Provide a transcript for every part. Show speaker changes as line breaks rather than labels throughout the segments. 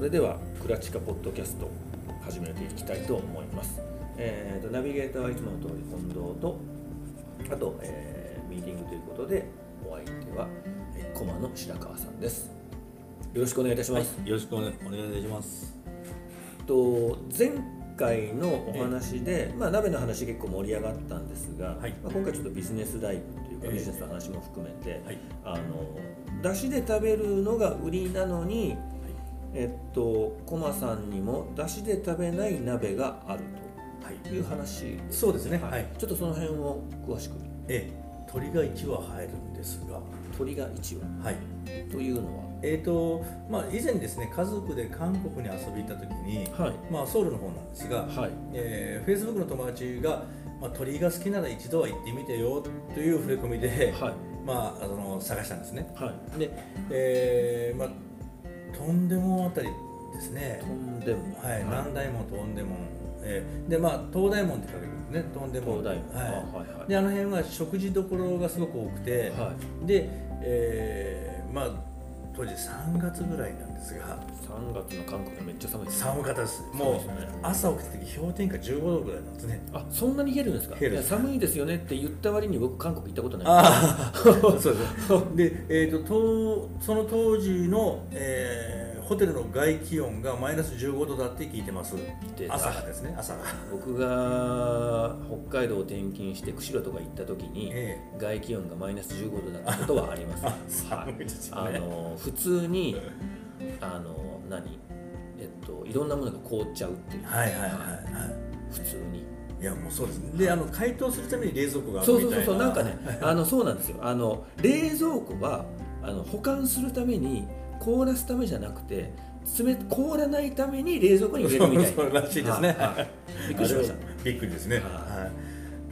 れではクラチカポッドキャスト始めていきたいと思います、えーとナビゲーターはいつもの通り近藤とあと、えーミーティングということでお相手はえー駒の白川さんですよろしくお願いいたします、
よろしくお願いします。
と前回のお話で、まあ、鍋の話結構盛り上がったんですが、
はい
まあ、今回ちょっとビジネスライフというか
ええ
ビジネスの話も含めて、
はい
あの出汁で食べるのが売りなのに、えっとコマさんにも出汁で食べない鍋がある
はい
という話
そうですね。はい。
ちょっとその辺を詳しく
ええ、鳥が一羽生えるんですが、
鳥が1羽
はい。
というの
えっ、とまあ以前ですね家族で韓国に遊びに行った時に、
ははい
まあソウルの方なんですが、
はい
えー、Facebook の友達が、まあ、鳥が好きなら一度は行ってみてよという触れ込みで、
はい
まああの探したんですね。
はい
で、えー、まあとんでもあたりですね
と。んでも
はい、南大門とんでも、えーでまあ東大門って書けるんですねとんでも
東大門
はい
あはいはい
であの辺は食事どころがすごく多くて、
は
で、えーまあ当時3月ぐらいなんですが
3月の韓国めっちゃ寒いです
寒かったです
そうで
も
す
う
よね
朝起きた時氷点下15度ぐらいなんですね
あそんなに冷えるんですか
冷える
いや寒いですよねって言った割に僕韓国行ったことない
ああ そうですで、えー、ととその当時の、えーホテルの外気温がマイナス15度だって聞いてます
てた
朝がですね朝が、
僕が北海道を転勤して釧路とか行った時に、
え
外気温がマイナス15度だったことはあります、
あ寒いですよね
はいあの普通にあの何えっといろんなものが凍っちゃうっていう
ーはいはいはいはい
普通に
いやもうそうですね。で、あの解凍するために冷蔵庫がある
そう
みた
そ
いうな。
そうそうなんかねあのそうなんですよあの冷蔵庫はあの保管するために凍らすためじゃなくて冷凍らないために冷蔵庫に入れるみたいな
そうそうらしいですね
ははいびっくりしまし
あれはびっくりですね。
はい
は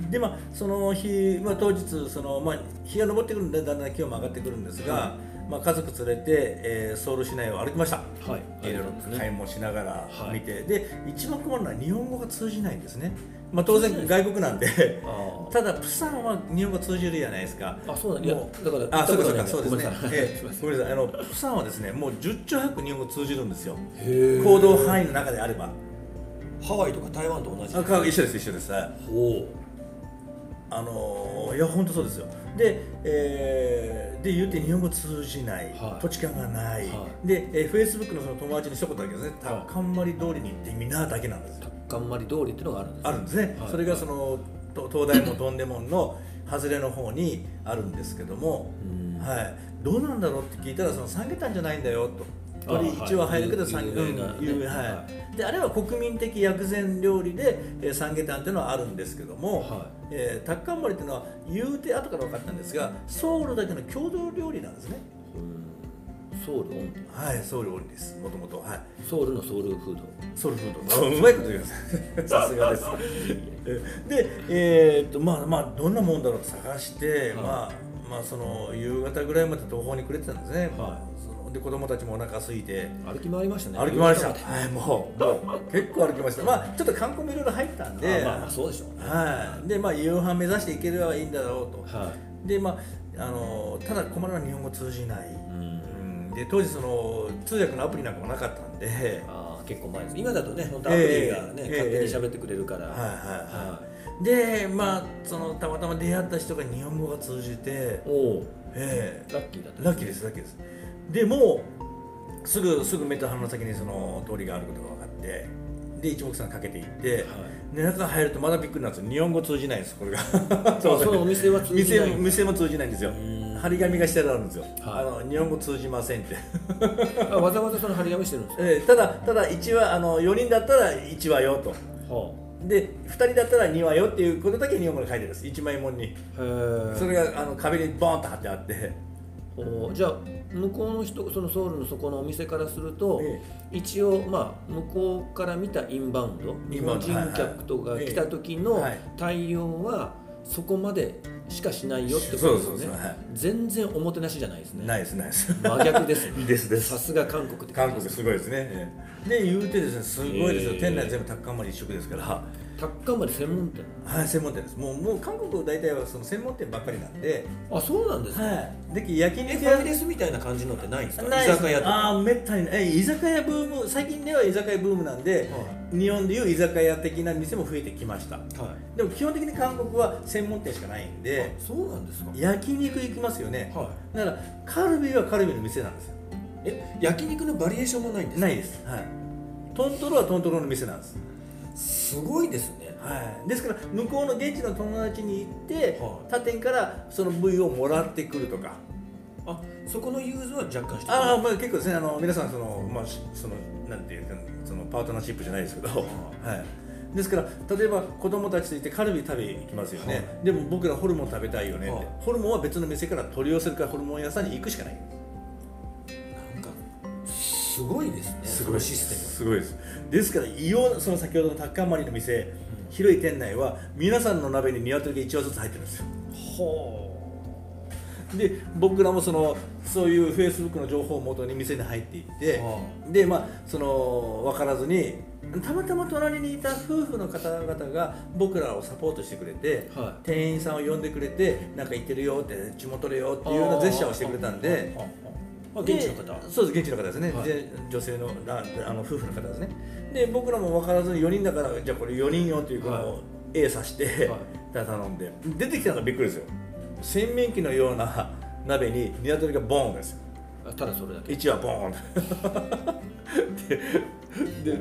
い。でまあその日、まあ当日そのまあ日が昇ってくるんでだんだん気温も上がってくるんですが、
は
まあ家族連れて、えーソウル市内を歩きました。
たはい
いろい
です
ろ買い
ね
物しながら
はい
見て、で一番困るのは日本語が通じないんですね。まあ当然外国なんで。
あー
ただプサンは日本語通じるじゃないですか。
あ、そうなんいや
も
だから
あ、そうかそう
行
か、
った
そう
こ
で
と
す
ない
ね
んごめんなさい。
え
すいま
え
せん
ごめんなさい、あの、プサンはですね、もう十兆百日本語通じるんですよ。
へー
行動範囲の中であれば。
ハワイとか台湾と同じ
あ、か一緒です、一緒です。はい
ほ
あのーいや、本当そうですよ。で、えーで、言って日本語通じない、
はい
土地勘がない。
は
で、えー、フェイスブックのその友達に一言だけですね、
はい
たっかんまり通りに行ってみなだけなんです
う
よ。
たっかんまり通りっていうのがあるんです
あるんですね。
はい
それがその、と東大門とんでもんの外れの方にあるんですけども。
うん
はい、どうなんだろうって聞いたらその下げたんじゃないんだよと
あ
鳥一応入るけど
はい
三
有
うん
名なね
有名
は
はいであれは国民的薬膳料理でえー三下タンっていうのはあるんですけども、
は
えータッカンマリっていうのは言うて後から分かったんですがソウルだけの郷土料理なんですね
うんソウルオン
はいソウル料理ですもともとはい
ソウルのソウルフード
ソウルフードうまいこと言いますさすがですでえーっとまあまあどんなもんだろうと探し
はい
て、まあまあその夕方ぐらいまで途方に暮れてたんですね、
は
そので子供たちもお腹空いて
歩き回りましたね
歩き回りました、
あ
はい、もうもう結構歩きましたまあちょっと観光もいろいろ入ったんで、
まあまあそうでしょうね
はい、でまあ夕飯目指していければいいんだろうと
は
でまああのただ困るのは日本語通じない、
いうん
うんで当時その通訳のアプリなんかもなかったんで
あー結構前です今だとね本当アプリがね、
ええ
勝手に喋ってくれるから、
はいはいはいでまあそのたまたま出会った人が日本語が通じて、
いおお
え
ラッキーだっ
え
た
ラッキーですラッキーですでもうすぐすぐ目と鼻の先にその通りがあることが分かってで一目散かけていって、で中入るとまだびっくりなんですよ日本語通じないんですこれが
そうそのお店は通じない
店も店も通じないんですよ
ん
張り紙がしてあるんですよ、
はい
あの日本語通じませんって、
あわざわざその張り紙してるんですよ、
ええただただ1話あの4人だったら1話よと
は
で2人だったら2話よっていうことだけ日本語で書いてあるんです1枚もんに
あ、へえ
それがあの壁にボーンと貼ってあって
おーじゃあ向こうの人そのソウルのそこのお店からすると、
え
一応まあ向こうから見たインバウンド
イ
日
ンバウ
本
ンド
人客とか
はいはい
来た時の
はい
対応はそこまでしかしないよってことですよね
そうそうそうはい
全然おもてなしじゃないですね
ないですな いです
真逆ですね
ですです
さすが韓国って
韓
感じで
国
す
すごいですねで言うてですねすごいですよ
えー
店内全部タッカンマリ一色ですから
百貫まで専門店
はい、専門店です。もう、もう韓国大体はその専門店ばっかりなんで。
あそうなんですか、
はい。で、焼
え
肉
フ
屋
ァミレスみたいな感じのってないんですか
ない
居酒屋とか
ああ、めったにない。え居酒屋ブーム、最近では居酒屋ブームなんで。日本でいう居酒屋的な店も増えてきました。
はい、はい
でも、基本的に韓国は専門店しかないんで。
あそうなんですか
焼肉行きますよね。
は
だから、カルビはカルビの店なんです
い
よ。
え焼肉のバリエーションもないんですか
ないです。はい。トントロはトントロの店なんです。
すごいですね
はい、ですから向こうの現地の友達に行って、
はい
他店からその部位をもらってくるとか
あそこの融通は若干してくれる
ああまあ結構ですねあの皆さんその,、まあ、しそのなんていうかそのパートナーシップじゃないですけど、はい、ですから例えば子供たちと行ってカルビ食べに行きますよね、
はい
でも僕らホルモン食べたいよねって、
はい
ホルモンは別の店から取り寄せるからホルモン屋さんに行くしかない
なんかすごいですねそのシステ
すごいですですから異様なその先ほどのタッカンマリの店、広い店内は皆さんの鍋に鶏が1羽ずつ入ってるんですよ
ムほ
で僕らもそのそういうフェイスブックの情報をもとに店に入っていって、
は
でまあその分からずにたまたま隣にいた夫婦の方々が僕らをサポートしてくれて、
は
店員さんを呼んでくれてなんか行ってるよって地元れよっていうようなジェスチャーをしてくれたんで。
あ現地の方
でそうです現地の方ですね、
はい
で女性のああの夫婦の方ですねで僕らも分からずに4人だからじゃあこれ4人よというこ
は
の A さして、
はい
頼んで出てきたのがびっくりですよ洗面器のような 鍋にニワトリがボーンですよ
あただそれだけ
1はボーン でで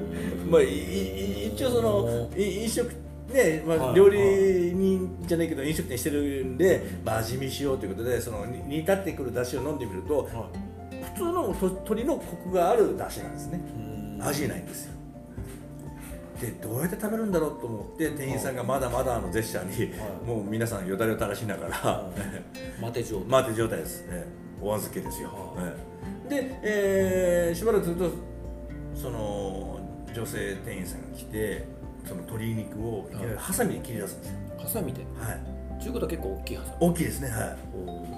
まあいい一応そのい飲食ねま
は
あ、
い
料理人じゃないけど飲食店してるんで、まあ、味見しようということでそのに煮立ってくる出汁を飲んでみると
は
普通のと鶏のコクがある出汁なんですね
いうん
味ないんですよでどうやって食べるんだろうと思って店員さんがまだまだあのジェスチャーに、
はい
もう皆さんよだれを垂らしながら、
マテ状
待て状態です、ええお預けですよ、
は
ええで、えーしばらくするとその女性店員さんが来てその鶏肉をいきなりハサミで切り出すんですよ、
ハサミで
はい、
ちゅうことは結構大きいハサミ
大きいですねは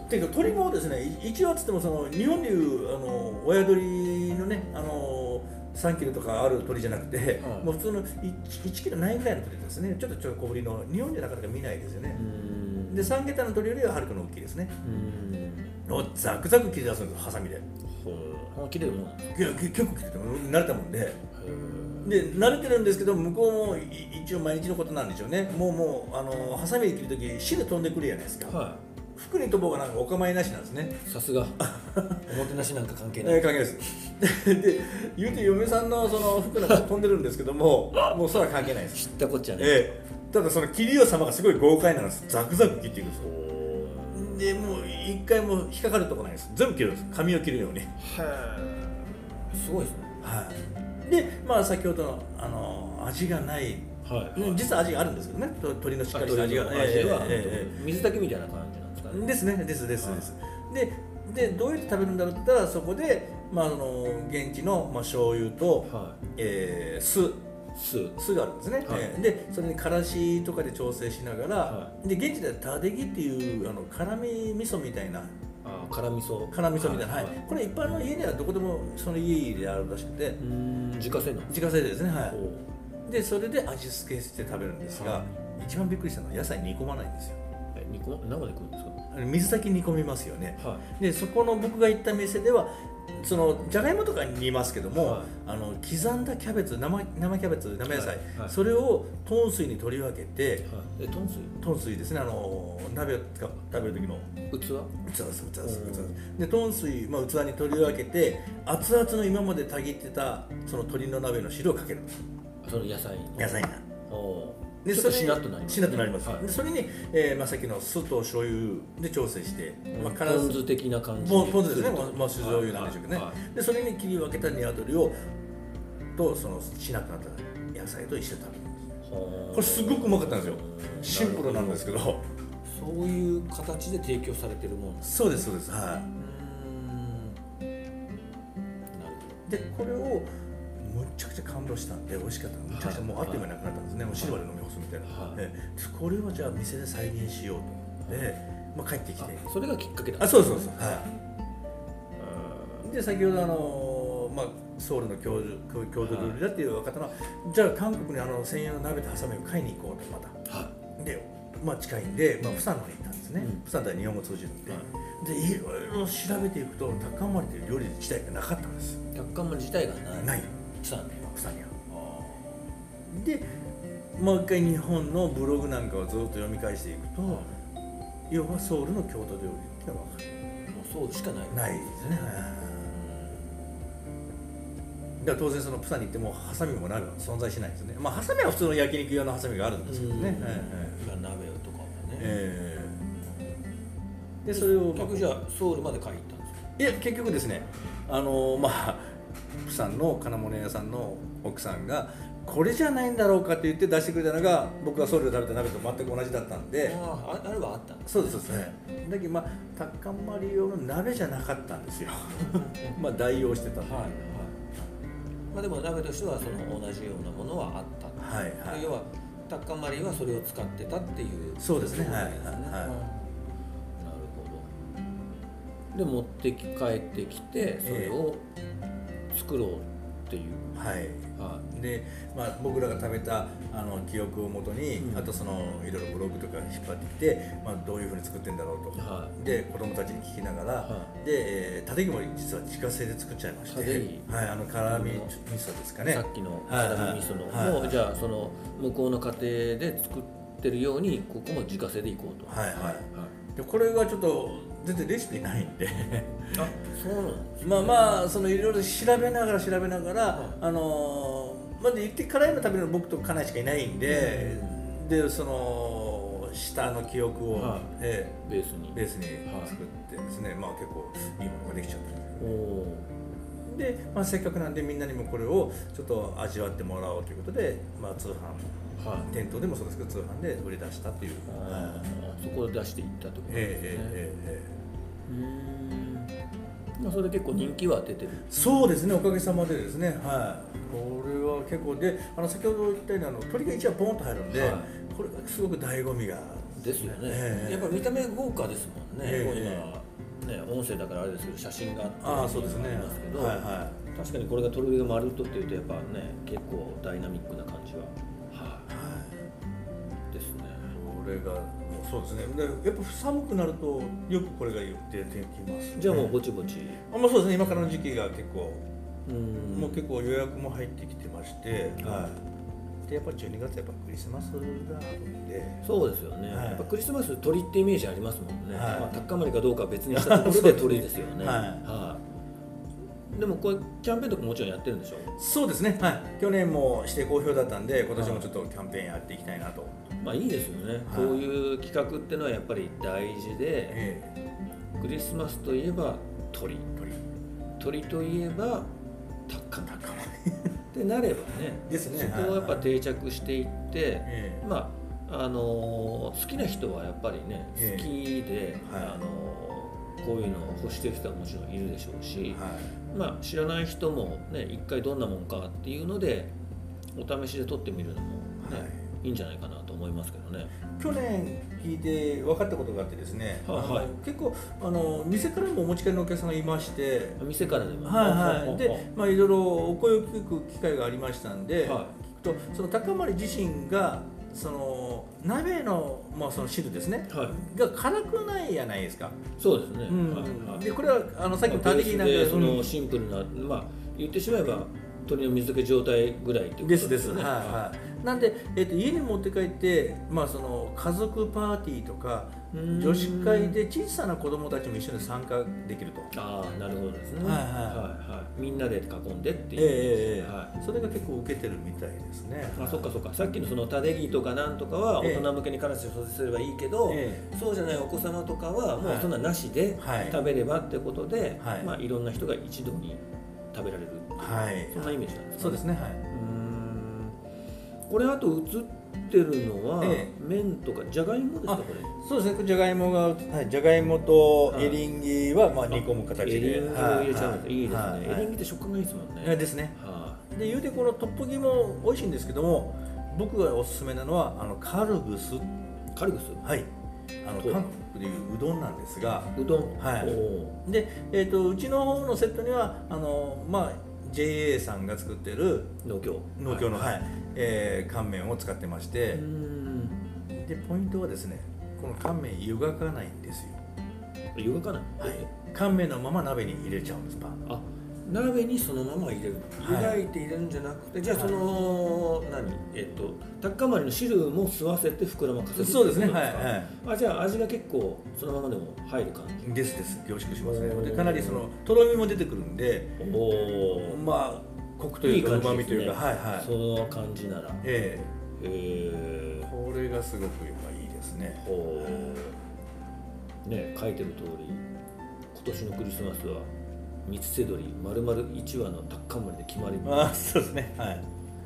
いていうか鶏もですねい一羽っつってもその日本でいうあの親鶏のねあの3キロとかある鳥じゃなくて、
はい
もう普通の 1, 1キロないぐらいの鳥ですねちょっとちょっと小ぶりの日本じゃなかなか見ないですよね、
ん
で3桁の鳥よりははるかの大きいですねおザクザク切り出すんですよハサミで
ほう切れるもんなんです
けけ結構切れても慣れたもんで
へー
で慣れてるんですけど向こうもい一応毎日のことなんでしょうねもうもうあのハサミで切るとき汁飛んでくるじゃないですか、
は
服に飛ぼうがなんかお構いなしなんですね
いさす がおもてなしなんか関係な
えー、
い
関係ないです で言うて嫁さんのその服なんか飛んでるんですけ どももうそれは関係ないです、
知ったこっちゃね
えー、ただその切りよ様がすごい豪快なんですザクザク切っていくんですよでもう一回も引っかかるとこないです全部切るんです髪を切るように
はいすごいですね
はいでまあ先ほどのあの味がない
は
うん実は味があるんですけどねと鶏のしっかりした
味
味が
が味は
えーえーえー
水炊きみたいな感じなんですかね
ですねですです
はい
です、ででどうやって食べるんだろうって言ったらそこで、まあ、その現地の、まあ、醤油と、
は
えー酢
い酢
酢があるんですね、
はい
えーでそれにからしとかで調整しながら、
は
で現地ではタデギっていうあの辛味味噌みたいな
あ辛味噌
辛味噌みたいな、はい
は
これ一般の家ではどこでもその家であるらしくて
うーん自家製の
自家製でですねは
おう
いでそれで味付けして食べるんですが、
は
一番びっくりしたのは野菜煮込まないんですよ
え煮込生で食うんです
あの水炊き煮込みますよね
かはい
でそこの僕が行った店ではそのじゃがいもとかに煮ますけども、
はい
あの刻んだキャベツ生生キャベツ生野菜、
はいはい
それを豚水に取り分けて
はいえ豚水
豚水ですねあの鍋を使う食べる時の
器
器です器です
うん
器ですで豚水、まあ、器に取り分けて熱々の今までたぎってたその鶏の鍋の汁をかける
その野菜
野菜が
おおう
で
ちょっとしなっとなります
しなっとなります、
はい
でそれに、えーまあ、さっきの酢と醤油で調整して、まあ、
ポ
辛
ン
酢
酢的な感じ
ポンポン酢ですね、
ると
まあまあ、酢醤油なんでしょうけどね、
はいはい
でそれに切り分けたニワトリをとそのしなくなった野菜と一緒に食べる
ほう
これすごくうまかったんですよ
うん
シンプルなんですけど
そういう形で提供されてるもの
そうですそうですは
うーんなる
いでこれをむちゃくちゃ感動したんで美味しかったのむちゃくちゃもうあっという間になくなったんですね、もう汁まで飲み干すみたいな、
はい
ええでこれをじゃあ店で再現しようと思って、まあ、帰ってき
ほ
て
どあそれがきっかけだ
あそうですそうですはいで先ほどあのーまあソウルの郷土郷土料理だっていう方の、じゃあ韓国にあの専用の鍋と挟めを買いに行こうとまた
は
で、まあ、近いんで、まあ、釜山の方に行ったんですね、
うん
釜山では日本語通じるんで、
は
でいろいろ調べていくと高森という料理自体がなかったんです
い。客観も自体がない。。
ないい
さあね。
釜山には
あ
でもう一回日本のブログなんかをずっと読み返していく
あ。
と、
も
要はソウルの郷土料理っていうのは分かる
うそうしかない。
ないですねだから当然そのプサンに行ってもハサミもなる存在しないですねまあハサミは普通の焼肉用のハサミがあるんですけどね、ええ
まあ鍋とかもね。
ええでそれを
客じゃあソウルまで買いに行ったんですか。
いや結局ですねあのまあプサンの金物屋さんの奥さんがこれじゃないんだろうかって言って出してくれたのが僕がソウルで食べた鍋と全く同じだったんで、
あああれはあったんです。
そうですそうですだけどまあタッカンマリ用の鍋じゃなかったん ですよまあ代用してた
はい
は
はい。まあでも鍋としてはその同じようなものはあった。
いはい
要はタッカンマリーはそれを使ってたっていう
そうですね
こと
はい
ですね
はいはい
なるほどで持ってき帰ってきてそれを作ろうっていう、
はい
は
で、まあ、僕らが食べたあの記憶をもとに、
うん
あとそのいろいろブログとか引っ張ってきて、まあ、どういうふうに作ってんだろうと、
は
で子供たちに聞きながら、
は
で、えー、縦肝実は自家製で作っちゃいまして
タデキ
はい、あの辛み味噌ですか
い
ね
さっきの
はいはい
辛味噌の
はい
もうじゃあその向こうの家庭で作ってるようにここも自家製でいこうと
はいはい
はい
でこれがちょっと全然レシピないんで
あそうなんですね
まあまあそのいろいろ調べながら調べながら、
はい
あのーまず言って辛いの食べるの僕と家内しかいないんで、でその下の記憶を、
はい
え
ベースに
ーベースに作ってですね、まあ結構いいものができちゃった
おお
で、まあ、せっかくなんでみんなにもこれをちょっと味わってもらおうということで、まあ、通販
ーはい
店頭でもそうですけど通販で売り出したっていう、
あーそこを出していったってことなんですね、
え
う
えええええ
ーんまあ、それで結構人気は出てる、
そうですね、おかげさまでですね、はい、これは結構で、あの先ほど言ったようにあの鳥が一羽ポンと入るんで、
はい
これがすごく醍醐味が、
ですよね、
ええ
やっぱ見た目豪華ですもんね、
え
こう今ね音声だからあれですけど写真があって
ああそうですね、
ありますけど、
はいは、
確かにこれがトルベが丸っとっていうとやっぱね結構ダイナミックな感じは、はい
はい
いですね
これがもうそうですね、でやっぱ寒くなるとよくこれが言ってきます、ね。
じゃあもうぼちぼち、
あまあそうですね、今からの時期が結構、
うん
もう結構予約も入ってきてまして、
うん
はい、でやっぱ12月やっぱクリスマスがあるんで、
そうですよね、
はい
やっぱクリスマス鳥ってイメージありますもんね、
はい
まあ、タッカンマリかどうかは別にしたところ で鳥ですよね
はい
いでもこれキャンペーンとかもちろんやってるんでしょ
そうですね、はい、去年もして好評だったんで、今年もちょっとキャンペーンやっていきたいなと。
まあいいですよね、こういう企画ってのはやっぱり大事で
ええ
クリスマスといえば鳥
鳥
鳥といえばタッカン高ってなればね
ですね
そこをやっぱ定着していって、
ええ
まああのー好きな人はやっぱりね
え
好きで、
はい
あのーこういうのを欲してる人はもちろんいるでしょうし、
は
まあ、知らない人もね一回どんなもんかっていうのでお試しで撮ってみるのもね、
はい
い、いんじゃないかなと思いますけどね。
い、去年聞いて分かったことがあってですね、
はい
あの
はい
結構あの店からもお持ち帰りのお客さんがいまして、
店からでも、
はいはい、
ほうほう
で、まあ、いろいろお声を聞く機会がありましたんで、
は
聞くとその高森自身がその鍋の,、まあその汁ですね、
はい
が辛くないじゃないですか、
そうですね、
うん
はいはい
でこれはあのさっきの縦的
ま
な
あ
ん
ベー
か
スでそのシンプルな、まあ、言ってしまえば鳥の水漬け状態ぐらいってこと
ですです、
よ
は
ね
いはい、なんで、えっと家に持って帰って、まあ、その家族パーティーとか
うーん
女子会で小さな子供たちも一緒に参加できると、
ああなるほどですね
はいはい
はいはいみんなで囲んでって
え
いう、
えええ
はい
それが結構受けてるみたいですね
あそっかそっかさっきのそのタデギとかなんとかは大
ええ
人向けにからして育てすればいいけど、
え
そうじゃないお子様とかはも
は
う
い
そんななしで
はい
食べればってことで、
はい
まあ、いろんな人が一度に食べられる
はい
そんなイメージなんですか
そうですねは
う
い
ーんこれあと映ってるのは、
ええ
麺とかじゃがいもですか
あ
これ
そうですねじゃがいもが、はい、じゃがいもとエリンギは、まあ、煮込む形で
エリンギを入れちゃうんです、、
はい
いですね、
は
エリンギって食感がいいですもんね、
はいですね
は
で言うてこのトッポギも美味しいんですけども僕がおすすめなのはあのカルグス
いカルグス
はい、あの
そう
韓国でいううどんなんですが、
うどん、
はい
おー
で、えー、とうちの方のセットにはあの、まあ、 JA さんが作ってる
農協
農協の、
はい
はいえー乾麺を使ってまして
うー、ん
でポイントはですねこの乾麺湯がかないんですよ
湯がかない、
乾麺のまま鍋に入れちゃうんですパン
あ鍋にそのまま入れる湯
は
が
い
いて入れるんじゃなくて、じゃあ
は
そ
い
の、何えっとタッカンマリの汁も吸わせて膨らまかせる
そうですねはい
ってこと
は
かあじゃあ味が結構そのままでも入る感じ
いですです凝縮しますね
おー
でかなりそのとろみも出てくるんで
おお
まあコクというか
いいう
ま
感じ
み
ですね
というかはいはい
その感じならへ
え
え
えこれがすごくやっぱいいですね
ほうね書いてる通り今年のクリスマスは三つせどり丸々1話のタッカンマリで決まり
ああそうですねはい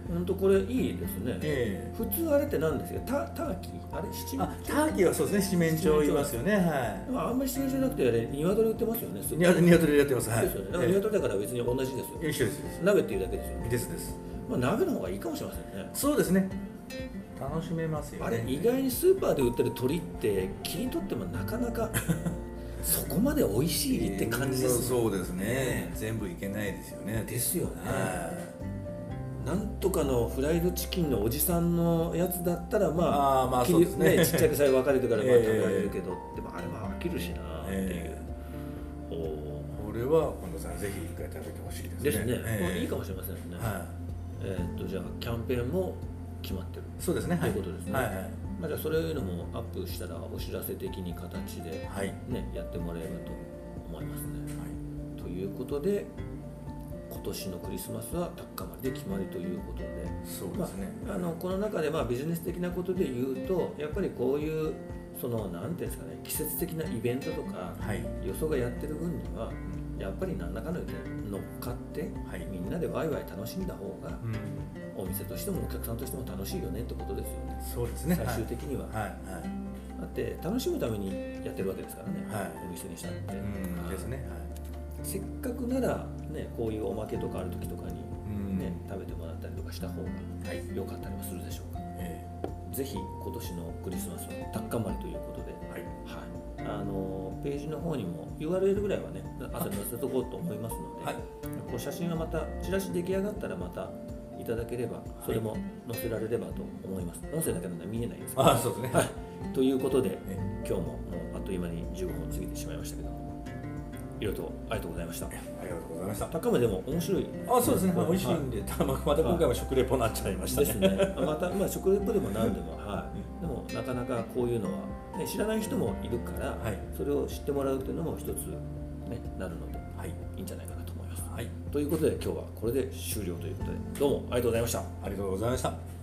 ほんとこれいいですね
え
普通あれって何ですかタターキーあれ七味
えあターキーはそうですね七面鳥いますよねは
でもあんまり七味じゃなくてあれ鶏売ってますよねすぐ
いニワトリニワトリでやってますはい
ですよねだから
え
鶏だから別に同じですよ
え一緒ですです
鍋っていうだけですよね、
ですです
まあ、鍋の方がいいかもしれませんね
そうですね楽しめますよ
あ
ね
れ意外にスーパーで売ってる鶏って切り取ってもなかなかそこまで美味しいって感じですね
そうですね全部いけないですよね
ですよね
はい
なんとかのフライドチキンのおじさんのやつだったらまあ
あーまあ
切
そう
り
ですね
ちっち ゃくさえ分かれてからまあ
え
食
え
べられるけど、でもあれは飽きるしなっていう、
え
おー
これは近藤さんぜひ一回食べてほしいですね
ですね、
ええ
まあいいかもしれませんね、
は
えーっとじゃあキャンペーンも決まってる、
いそうですねは
ということですね
はい
まあ、じゃあそういうのもアップしたらお知らせ的に形で、
はいはい
ね、やってもらえればと思いますねということで今年のクリスマスは高まりで決まりということで
そうですね
まあ、あのこの中でまあビジネス的なことで言うとやっぱりこういうそのなんていうんですかね季節的なイベントとか
はい
予想がやってる分にはやっぱり何らかの意見に乗っかって、
はい
みんなでワイワイ楽しんだ方が
う
お
ん
店としてもお客さんとしても楽しいよねってことですよね
そうですね
最終的には、
はいはいはい
だって楽しむためにやってるわけですからね、
はい
お店にしたって、
うんですねはい
せっかくなら、ね、こういうおまけとかある時とかに、
うん
ね食べてもらったりとかした方が
はい
良かったりもするでしょうか
え
ぜひ今年のクリスマスはタッカンマリということで、
えはい
はい、あのページの方にも URL ぐらいはね後で載せとこうと思いますので、
はい
こう写真はまたチラシ出来上がったらまたいただければそれも載せられればと思います、音声だけなんで見えないですけど
あそうですね
はい、ということで
ね
今日ももうあっという間に15分過ぎてしまいましたけどもいろいろとありがとうございました
ありがとうございました
高めでも面白い
あそうですね
はい
美味しいんでたままた今回は食レポになっちゃいました
です
ね
ね。また、まあ、食レポでも何でも、はい。でも、なかなかこういうのは、ね、知らない人もいるから、
はい
それを知ってもらうというのも一つ、ね、なるので、
はい
いいんじゃないかなと思います。
はい
ということで、今日はこれで終了ということで、どうもありがとうございました。
ありがとうございました